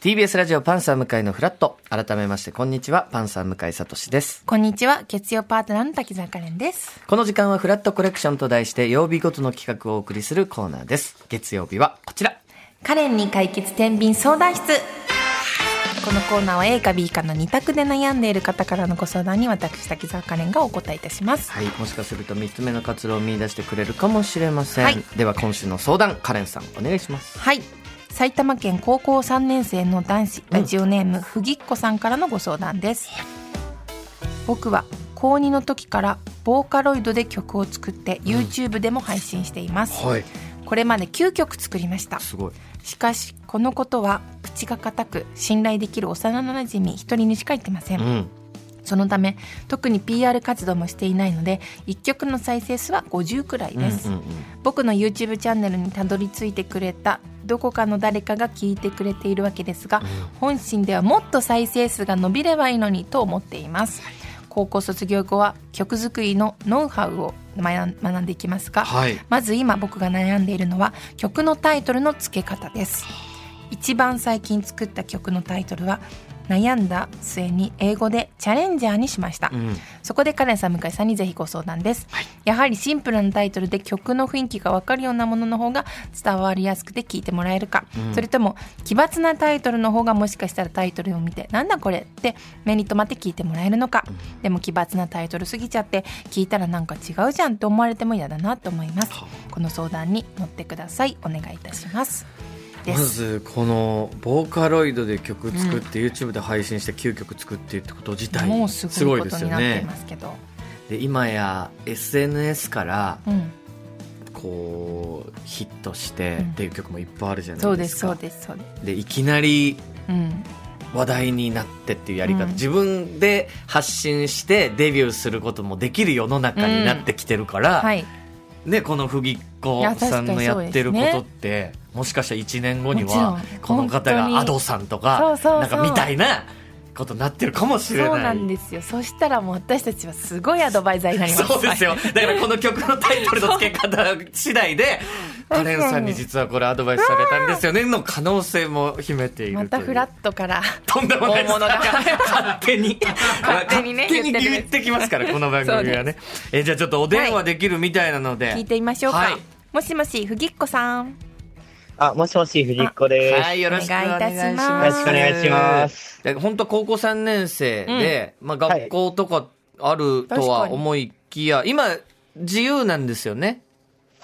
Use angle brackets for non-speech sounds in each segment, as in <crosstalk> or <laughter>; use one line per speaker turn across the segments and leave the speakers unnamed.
TBS ラジオパンサー向井のフラット。改めまして、こんにちは。パンサー向井聡です。
こんにちは月曜パートナーの滝沢カレンです
この時間はフラットコレクションと題して、曜日ごとの企画をお送りするコーナーです。月曜日はこちら。
カレンに解決天秤相談室このコーナーは A か B かの2択で悩んでいる方からのご相談に私滝沢カレンがお答えいたします
はい。もしかすると3つ目の活路を見出してくれるかもしれません。
はい
では、今週の相談、カレンさん、お願いします。
はい埼玉県高校3年生の男子ラジオネームふぎっこさんからのご相談です僕は高2の時からボーカロイドで曲を作って YouTube でも配信しています、
はい。
これまで9曲作りました
すごい。
しかしこのことは口が固く信頼できる幼なじみ一人にしか言ってません、
うん。
そのため特に PR 活動もしていないので1曲の再生数は50くらいです、
うんうん
僕の YouTube チャンネルにたどり着いてくれたどこかの誰かが聞いてくれているわけですが、本心ではもっと再生数が伸びればいいのにと思っています高校卒業後は曲作りのノウハウを学ん学んでいきますが、
はい
まず今僕が悩んでいるのは曲のタイトルの付け方です一番最近作った曲のタイトルは悩んだ末に英語でチャレンジャーにしました、
うん。うん。
そこでカレンさん向井さんにぜひご相談です、
はい
やはりシンプルなタイトルで曲の雰囲気がわかるようなものの方が伝わりやすくて聞いてもらえるか、
うん
それとも奇抜なタイトルの方がもしかしたらタイトルを見てなんだこれって目に留まって聞いてもらえるのか、でも奇抜なタイトルすぎちゃって聞いたらなんか違うじゃんって思われても嫌だなと思います
は
この相談に乗ってくださいお願いいたしますで
ますずこのボーカロイドで曲作って YouTube で配信して9曲作ってってこと自体
もう
す
すご
ごい
いこ
で
と
す
に
よ
なってい
ね
ますけど
で今や SNS から
うん、
こうヒットして
うん
っていう曲もいっぱいあるじゃな
そう
い
で
ですす
そう
か
ですそうです、
でいきなり
うん、
話題になってっていうやり方、
うん
自分で発信してデビューすることもできる世の中になってきてるから、
はい
ね、この不ぎっ子さんの
い
や
や確かにそうですね
ってることって、もしかしたら1年後に
もちろ
は
ん
この方
本当に
がアドさんと
そ
か
うそうそう
なんかみたいなことになってるかもしれない
そうなんですよそしたらもう私たちはすごいアドバイザーになります
そうですよだからこの曲のタイトルの付け方次第でカレンさんに実はこれアドバイスされたんですよねの可能性も秘めているとい
ま
う
たフラットから
とんでもない
<laughs>
です
大物が
勝手に
勝手にね
勝手に
言
言っ
っ
ててきますからこの番組
そ
は
う
ねえじゃあちょっとお電話できるみたいなので、
聞いてみましょうか、
はい
もしもしふぎっこさん
あ、もしもし、藤子です。
はい、よろしくお願いし
お
ます。
願いいたします
よろしくお願いします
で。本当高校3年生で、まあ
はい
学校とかあると
確か
は
に
思いきや、今、自由なんですよね。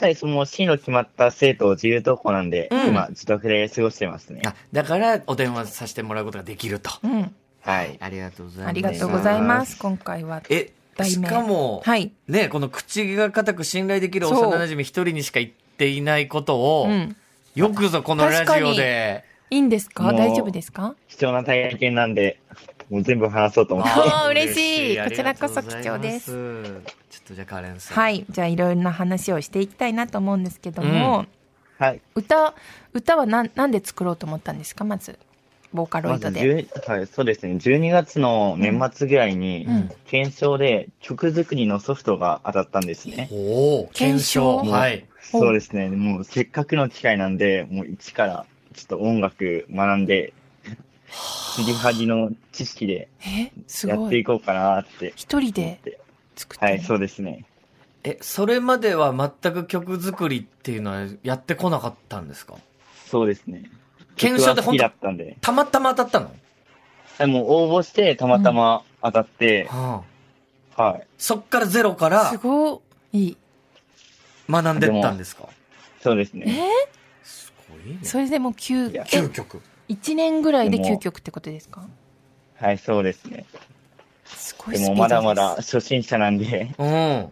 はい、その進路決まった生徒自由登校なんで、
うん
今、自宅で過ごしてますね。
あだから、お電話させてもらうことができると。
うん
はい。
ありがとうございます。
ありがとうございます今回は
え、しかも、
はい
ね、この口が固く信頼できる
そう
幼馴染一人にしか言っていないことを、
うん
よくぞこのラジオで、
いいんですか
もう
大丈夫ですか
貴重な体験なんで、もう全部話そうと思って。
あー嬉しい
ありがとうございます
こちらこそ貴重で
ち
す
ょっとじゃあカレンさん。
はいじゃあいろいろな話をしていきたいなと思うんですけども、
はい。
歌歌はなんなんで作ろうと思ったんですかまずボーカロ
ま
イ
ず
ドで、
10はい、そうですね。12月の年末ぐらいに、
うん
検証で曲作りのソフトが当たったんですね。
おお
検
検
証
証はい
ほう
そうですね。もうせっかくの機会なんで、もう一からちょっと音楽学んで、切りはぎの知識で
えす
やっ
ご
て
い
いこうかなって。
一人で作った
は
の、
い、そうですね。
えそれまでは全く曲作りっていうのはやってこなかったんですか
そうですね。
検証で
僕は好
本
きだ
当
ったんで。
たまたま当たったの、
でも応募してたまたま当たって、
は
はい。
そっからゼロか
す
ら
ごい
学んでったんですか
そうです
え
ね。
ー
すごいね
それでも9
いや
え
9曲
1年ぐらいで
でも
9曲ってことですか
はい、そうですね。
すごい
で
スピード
もまだまだ初心者なんで、 <laughs>
うん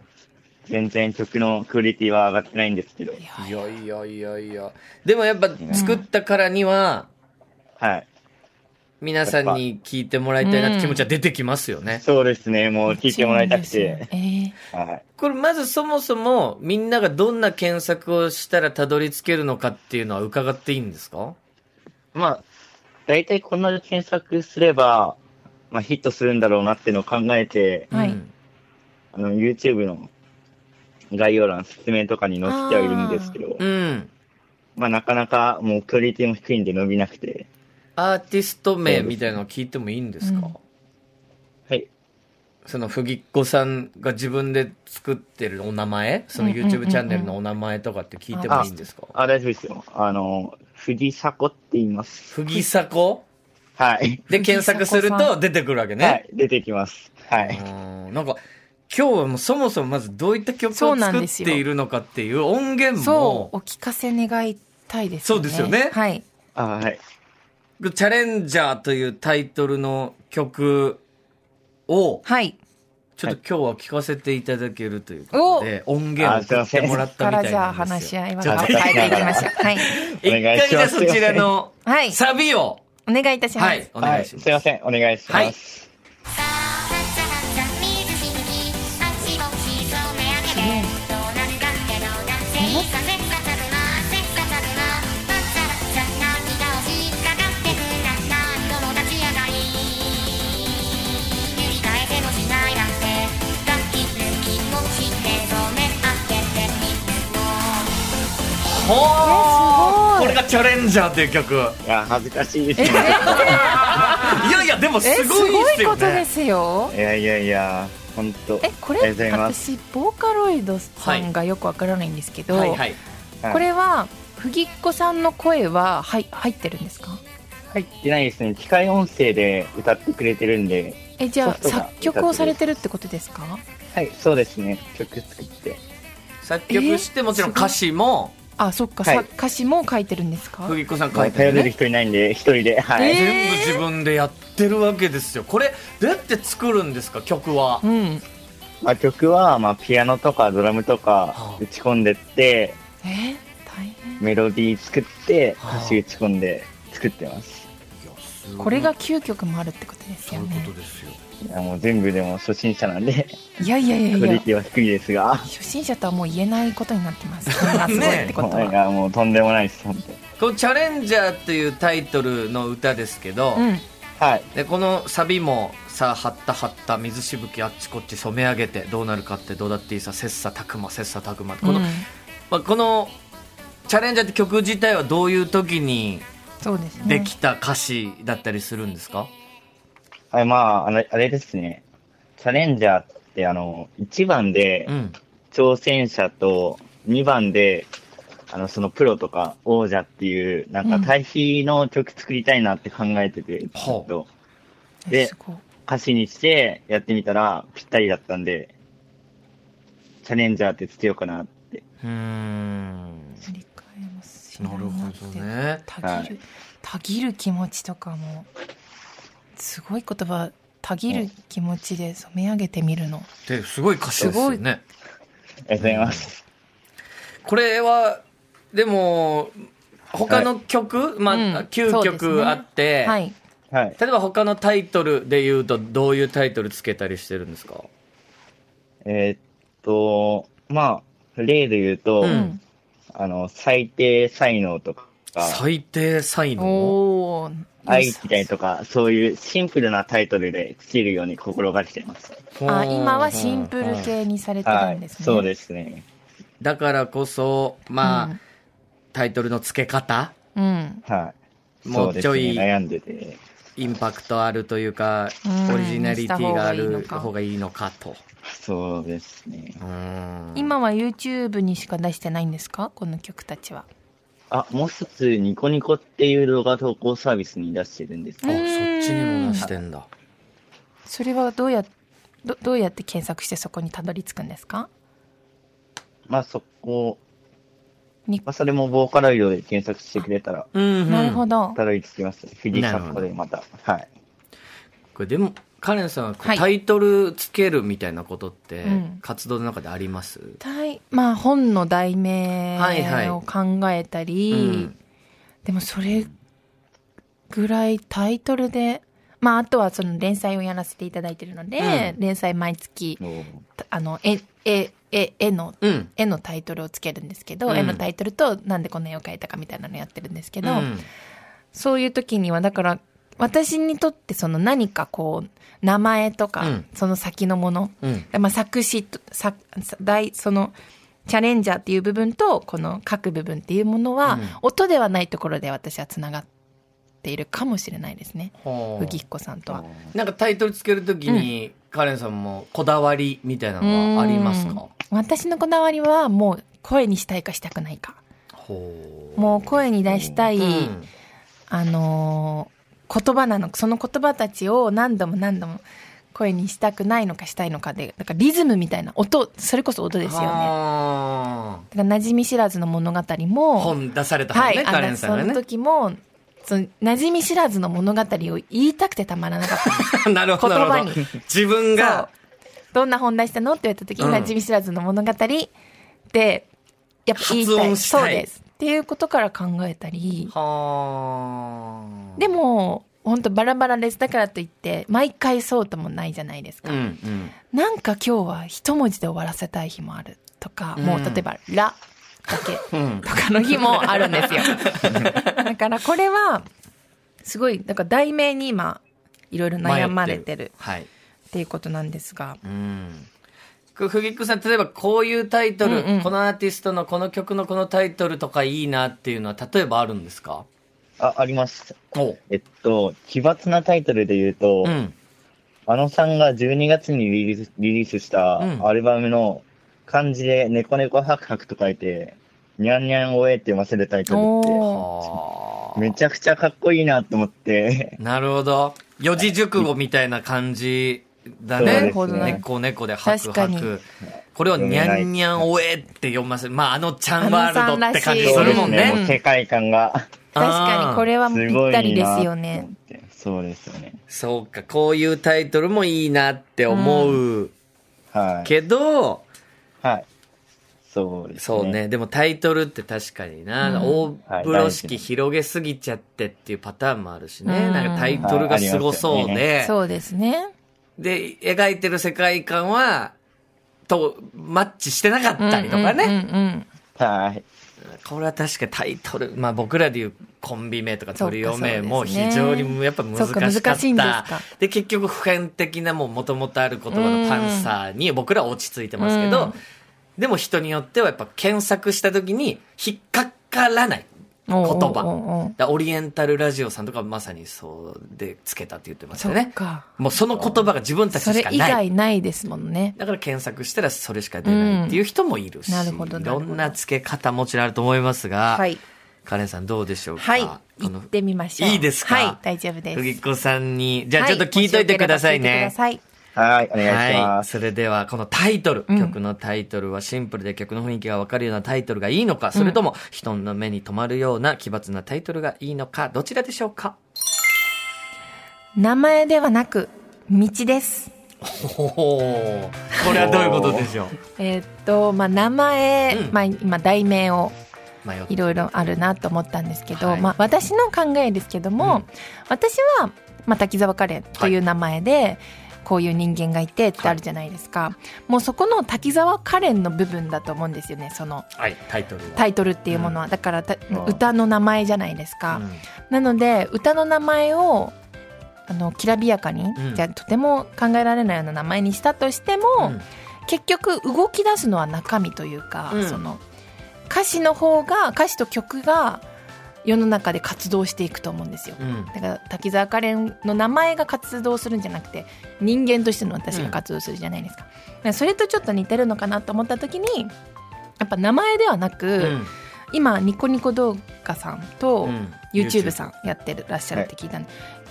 全然曲のクオリティは上がってないんですけど、
い
い
や
やいやいやいやでもやっぱ作ったからには
はい。
皆さんに聞いてもらいたいなって気持ちは出てきますよね、
そうですね。もう聞いてもらいたく
そうなんで
て
す。よえ
はい。
これまずそもそもみんながどんな検索をしたらたどり着けるのかっていうのは伺っていいんですか
まあ、だいたいこんな検索すれば、まあヒットするんだろうなっていうのを考えて、
はい
うん
あの、YouTube の概要欄、説明とかに載せてはいるんですけど、
うん
まあなかなかもうクオリティも低いんで伸びなくて、
アーティスト名みたいなの聞いてもいいんですか、
うん
はい。
その、ふぎっこさんが自分で作ってるお名前その
うんうんうんうん
YouTube チャンネルのお名前とかって聞いてもいいんですか
あ、大丈夫ですよ。あの、藤迫って言います。
ふぎさこ
はい。
で検索する
ふぎさこ
と出てくるわけね。
はい。出てきます。はい。
うんなんか、今日はもうそもそもまずどういった曲を
そうなん
作
で
っ
すよ
ているのかっていう音源
そ
も
う、お聞かせ願いたいですよね。
そうですよね
はい。
あ、はい。
チャレンジャーというタイトルの曲を、
はい。
ちょっと今日は聞かせていただけるということで、音源を送ってもらっ
ここ
たみ
か
たいなんですよ。
らじゃあ話し合いは
ちょっと
変えていきましょう。はい。
一回
お願いし
じゃ
ま
あ
す
そちらの
はい。
サビを、
お願いいたします。
はい、お願いします。
はすいません。お願いします。
ほー
えすごい
これがチャレンジャーという曲。い
いや、恥ずかしいです
え、
ね
全。然、
やいや、でもす
え、す
ごい
ご
です
い
よ
こと
ね。
ですよ
い。やいやいや、本当。
え、こ
あり
れ
がとうございます。
私ボーカロイドさんがよくわからないんですけど、
はいはい。
はい
これはふぎっこさんの声ははい入ってるんですか？
入ってないですね。機械音声で歌ってくれてるんで。
え、じゃあ
ソフトが
作曲をされてるってことですか？
はい、そうですね。曲作って。
作曲して、もちろん歌詞も、
あ、そっか。
はい
さ歌詞も書いてるんですか
ふ？ぎっこさん書
はいい、
て
頼
る、
れる
ね。
人いないんで、一人で。はい。
え
全部自分でやってるわけですよ。これ、どうやって作るんですか、曲は
う。ん。
まあ、曲は、まあ、ピアノとかドラムと
は
か
あ
打ち込んでって、
え、大変。
メロディー作って、
はあ
歌詞打ち込んで作ってます。
いやすごい
これが9曲もあるってことです
そう
よ
いう
ね
こ。とですよ。
いやもう全部でも初心者なんで、
いやいやいや
クオ
い
リ
や。
ティは低いですが。
初心者とはもう言えないことになってます。これがすごいってこと
い
は。
や、もうとんでもないです、本当に
このチャレンジャーっていうタイトルの歌ですけど、
うん。
はい。
でこのサビも「さあはったはった水しぶきあっちこっち染め上げてどうなるかってどうだっていいさ切磋琢磨切磋琢磨」この、
うん
まあ、この「チャレンジャー」って曲自体はどういう時に
そうですね。
できた歌詞だったりするんですか、
はい、まあ、あれあれですね。チャレンジャーって、あの、1番で
うん
挑戦者と、2番で、あの、そのプロとか王者っていう、なんか対比の曲作りたいなって考えてて、ずっと
え
です
ごい
歌詞にしてやってみたらぴったりだったんで、チャレンジャーってつけようかなって。
うーん
振り返りますし
なるほどね
たぎる、
はい
たぎる気持ちとかもすごい言葉たぎる気持ちで染め上げてみるの
ですごい歌詞ですよね
ありがとうございます。
これはでも他の曲、まあ、
うん
9
そうですね
曲あって、
はい
はい。
例えば他のタイトルで言うとどういうタイトルつけたりしてるんですか
えーっと、まあ、例で言うと、
う
うんん、
あの、最低才能とか、
最低才能
おお
愛みたいとか、そういうシンプルなタイトルでつけるように心がけてます。
あ今はシンプル
うん
系にされて
は
るん
い。
ですね、
そうですね。
だからこそまあ、タイトルの付け方
うん、うん
はい。
もうちょい
そうですね悩んでて。
インパクトあるというか、
うん
オリジナリティがある
した
方
方
がいいのかと
そうですね。
うん
今は YouTube にしか出してないんですかこの曲たちは
あ、もう一つ、ニコニコっていう動画投稿サービスに出してるんです
あ
け
そ
ど
っちにも出してんだ
それはどうやどどうやって検索してそこにたどり着くんですか
まあそこ、
に
まあ、それもボーカロイドで検索してくれたら、
な
なるほど、
たどり着きます。フィリーサッコでまた。はい。
これでもカレンさんはこう
はい
タイトルつけるみたいなことって
うん
活動の中であります、
大まあ本の題名
はいはい
を考えたり、
うん
でもそれぐらいタイトルでまああとはその連載をやらせていただいてるので、
う
連載毎月
おー
あの絵絵絵絵の
うん
絵のタイトルをつけるんですけど、
うん
絵のタイトルとなんでこの絵を描いたかみたいなのやってるんですけど、
うん
そういう時にはだから私にとってその何かこう名前とか、
うん
その先のもの
うん
まあ、作詞と作大そのチャレンジャーっていう部分とこの書く部分っていうものは、
うん
音ではないところで私はつながっっているかもしれないですねウギッコさんとは。
なんかタイトルつけるときに、カレンさんもこだわりみたいなのはあります
うん
か
私のこだわりはもう声にしたいかしたくないか
ほう
もう声に出したい、
うん
あのー言葉なのその言葉たちを何度も何度も声にしたくないのかしたいのかでだからリズムみたいな音それこそ音ですよね。
あ
だから馴染み知らずの物語
ー
も
本出された
は
本ね、
い、
カ
あ
レ
の
ンさん
そ
が
の
ね。
時もその馴染み知らずの物語を言いたくてたまらなかった
<laughs> なるほど、
言
な
葉
る
に
ほど。自分 <laughs> が、
そうどんな本題したのって言われた時に、
うん
馴染み知らずの物語ってやっぱ言い
発
たい
音したい
そうですっていうことから考えたり
はあ。
で、も本当バラバラですだからといって毎回そうともないじゃないです
う
か、
んうん。
なんか今日は一文字で終わらせたい日もあるとか、もう例えば「ら」だけ
うん
とかの日もあるんで
<laughs>
すよ。だからこれは、すごい、なんか題名に今、いろいろ悩まれてる
はい。
っていうことなんですが。
うん。ふふぎっくさん、例えばこういうタイトル、
うんうん
このアーティストのこの曲のこのタイトルとかいいなっていうのは、例えばあるんですか
あ、あります。
お
えっと、奇抜なタイトルで言うと、
うん。
あのさんが12月にリリースリリースした
うん
アルバムの漢字で猫猫ハクハクと書いて、にゃんにゃんおえって読ませるタイトルっ
は
おー
て、めちゃくちゃかっこいいなと思って、
あ。なるほど。四字熟語みたいな感じだ
そう
ね。
ですね
猫猫でハクハ
確かに
ク。これをにゃんにゃんおえって読ませる。まあ、あのちゃんワールドって感じす
そうで
るも
すね
んね。
もう世界観が
確かにこれはぴ
すご
っ
い
たりで
な
す
と
よ
思
ね
っ。て。そうですよね。
そうか、こういうタイトルもいいなって思う
はい。
けど、
はい。そうですね。
そうね、でもタイトルって確かにな、大風呂敷広げすぎちゃってっていうパターンもあるしね、
うん
なんかタイトルがすごそうで、
そうですね。
で、描いてる世界観は、と、マッチしてなかったりとかね。
うんうんうん
はい。
これは確かにタイトル、まあ僕らでいうコンビ名とか
そうか
トリオ名
そう
も
で
非
すね
常にやっぱ難しか
そうか
っ
難しいんです
た
か。
で、結局普遍的なもう元々ある言葉のパンサーに僕らは落ち着いてますけ
う
ど
ん、
でも人によってはやっぱ検索した時に引っかからない。
うん。おー
言葉
おーおー
だオリエンタルラジオさんとかまさにそうでつけたって言ってます
そ
よ
っ
ね。
か。
もうその言葉が自分たち
そ
し
れ
か
以
ない。
外ないですもんね。
だから検索したらそれしか出ないっていう人もいるし、
うんなるほど
い
なる
ろ
ほど
んな付け方もちろんあると思いますが、
はい。
カレンさんどうでしょうか
はい。
こ
行
の
ってみましょう。
いいですか
はい。大丈夫です。
ふぎっこさんに、じゃあちょっと聞いといてください
はも
ね
しよ。ければ聞いてください
はい、お願いし
は
ま
い。
す。
それでは、このタイトル、
うん
曲のタイトルはシンプルで曲の雰囲気がわかるようなタイトルがいいのか、それとも人の目に留まるような奇抜なタイトルがいいのか、どちらでしょうか
名前ではなく、道です。
ほほーこれはどういうことでしょう
えーっと、まあ、名前、
うん
まあ、今題名を
迷って
いろいろあるなと思ったんですけど、
はい
まあ、私の考えですけども、
うん
私は、まあ、滝沢カレンという名前で、こういう人間がいてってあるじゃないですか、もうそこの滝沢カレンの部分だと思うんですよねその
はい、タイトルは。
タイトルっていうものは、だからた
ん
歌の名前じゃないですか、なので歌の名前をあのきらびやかに、
うん
じゃあとても考えられないような名前にしたとしても、
うん
結局動き出すのは中身というか、
うん
その歌詞の方が歌詞と曲が世の中で活動していくと思うんですよ
うん。うん
だから滝沢カレンの名前が活動するんじゃなくて人間としての私が活動するじゃないですか,、それとちょっと似てるのかなと思った時にやっぱ名前ではなく、
うん
今ニコニコ動画さんと
うん
YouTube さんやってらっしゃるって聞いたんで、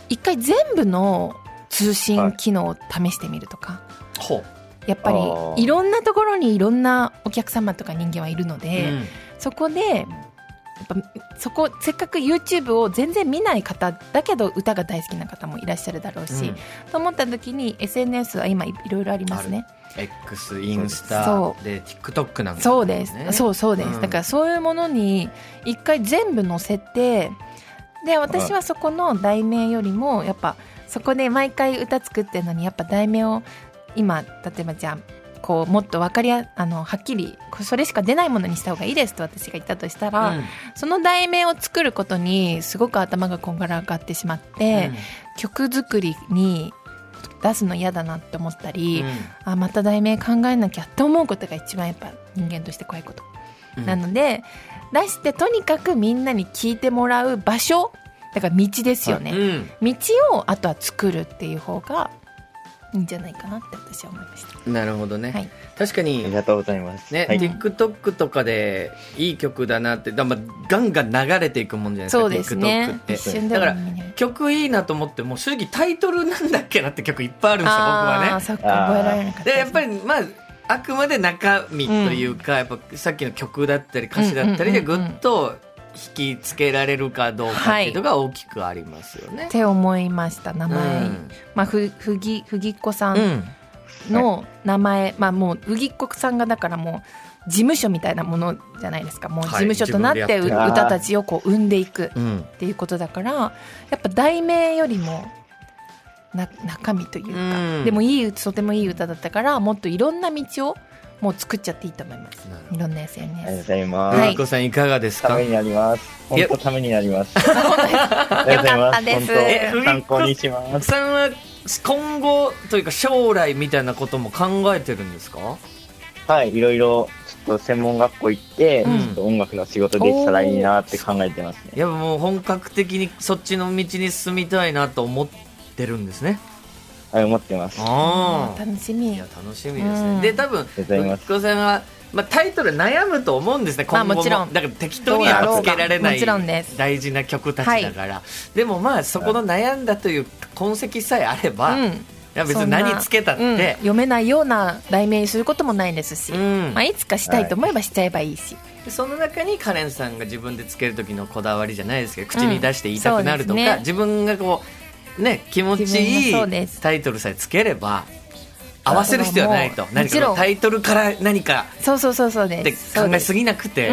一回全部の通信機能を試してみるとか、
ほう
やっぱ
あ
り
ー
いろんなところにいろんなお客様とか人間はいるので、
うん
そこでやっぱそこせっかく YouTube を全然見ない方だけど歌が大好きな方もいらっしゃるだろうし、
うん
と思った時に SNS は今いろいろありますね
X、インスタ
そ、
で、TikTok なんかもね。
そうです、そうそうです、
うん
だからそういうものに一回全部載せてで私はそこの題名よりもやっぱそこで毎回歌作ってるのにやっぱ題名を今例えばじゃあこうもっと分かりやあのはっきりこうそれしか出ないものにした方がいいですと私が言ったとしたら、
うん
その題名を作ることにすごく頭がこんがらがってしまって、曲作りに出すの嫌だなって思ったり、あまた題名考えなきゃって思うことが一番やっぱ人間として怖いこと、
うん
なので出してとにかくみんなに聞いてもらう場所だから道ですよね、
うん。
道をあとは作るっていう方がいいんじゃないかなって私は思いました
なるほどね。
はい
確か
あり
に、
がとうございます。
ね、
はい。
TikTok とかでいい曲だなって、だまあガンガン流れていくもんじゃないですか、
そうですね
TikTok って
一。瞬
だ
でも
か
い
ら
いね
曲いいなと思っても正直タイトルなんだっけなって曲いっぱいあるんですよ僕
あ
は
あ
ね。
そっか覚えられなかった
で
ですね
やっぱりまああくまで中身というか、やっぱさっきの曲だったり歌詞だったりで
うん
ぐ
うんうんうん
っと引きつけられるかどうかっていうのが大きくありますよね
っ。て思いました名前、
うん
まあふふぎふぎっこさ
うんん
の名前、まあもうふぎっこさんがだからもう事務所みたいなものじゃないですかもう
はい
事務所となって,、
自分で
やってる
歌たちをこう生んでいく
うん
っていうことだからやっぱ題名よりもな中身というか、
うん
でもいいとてもいい歌だったからもっといろんな道をもう作っちゃっていいと思います
なる
いろんな
ありがとう
SNS
ございます。
はい
ゆうこさんいかがです
た
か
めになります。
いや
本当ためになります。ありがとうございます。
よかったです
え
本当参考にします。
さんは今後というか将来みたいなことも考えてるんですか
はい、いろいろ、ちょっと専門学校行って、
うん
ちょっと音楽の仕事できたらいいなって考えてますね。
やっぱもう本格的にそっちの道に進みたいなと思ってるんですね。
はい、思ってます。
ああ。
楽し
い
み
や楽しみですね。
うん
で多分
りがとうございます
息子さんはまあタイトル悩むと思うんですね。
まあ
今後も,、
もちろん
だから適当にはつけられない
もちろんです
大事な曲たちだから。でもまあそこの悩んだという痕跡さえあれば、い
ん
や別
そ
に
んな
何つけたっ
うん
て。
読めないような題名にすることもないですし、
うん
まあ、いつかしたいと思えばしちゃえばいいし、
でその中にカレンさんが自分でつける時のこだわりじゃないですけど口に出して言いたくなるとか、
うんそうですね
自分がこうね気持ちい
自分がそう
い
です
タイトルさえつければ合わせる必要はないと
もう
何
もち
か
ろん
のタイトルから何か
そうそうそうそう
で
です
考
そう
え
です
すぎなくて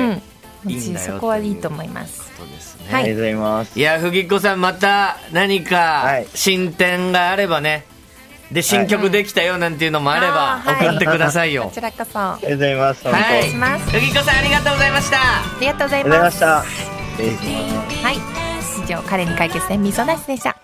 うん
いいんだよ
そこはいいと思います
そうですね、
はい
ありがとうございます。
いや藤子さんまた何
は
か
い
進展があればねで新曲できたよなんていうのもあれば
あーはい
送ってくださいよ
こ、ちらこそあ
ありがとうございます。本当。
はい
します
藤子さんありがとうございました
りがとうござ
あ
い
りがとうござい
ま
ますした。失礼します。
はい以上彼に解決でみそなしでした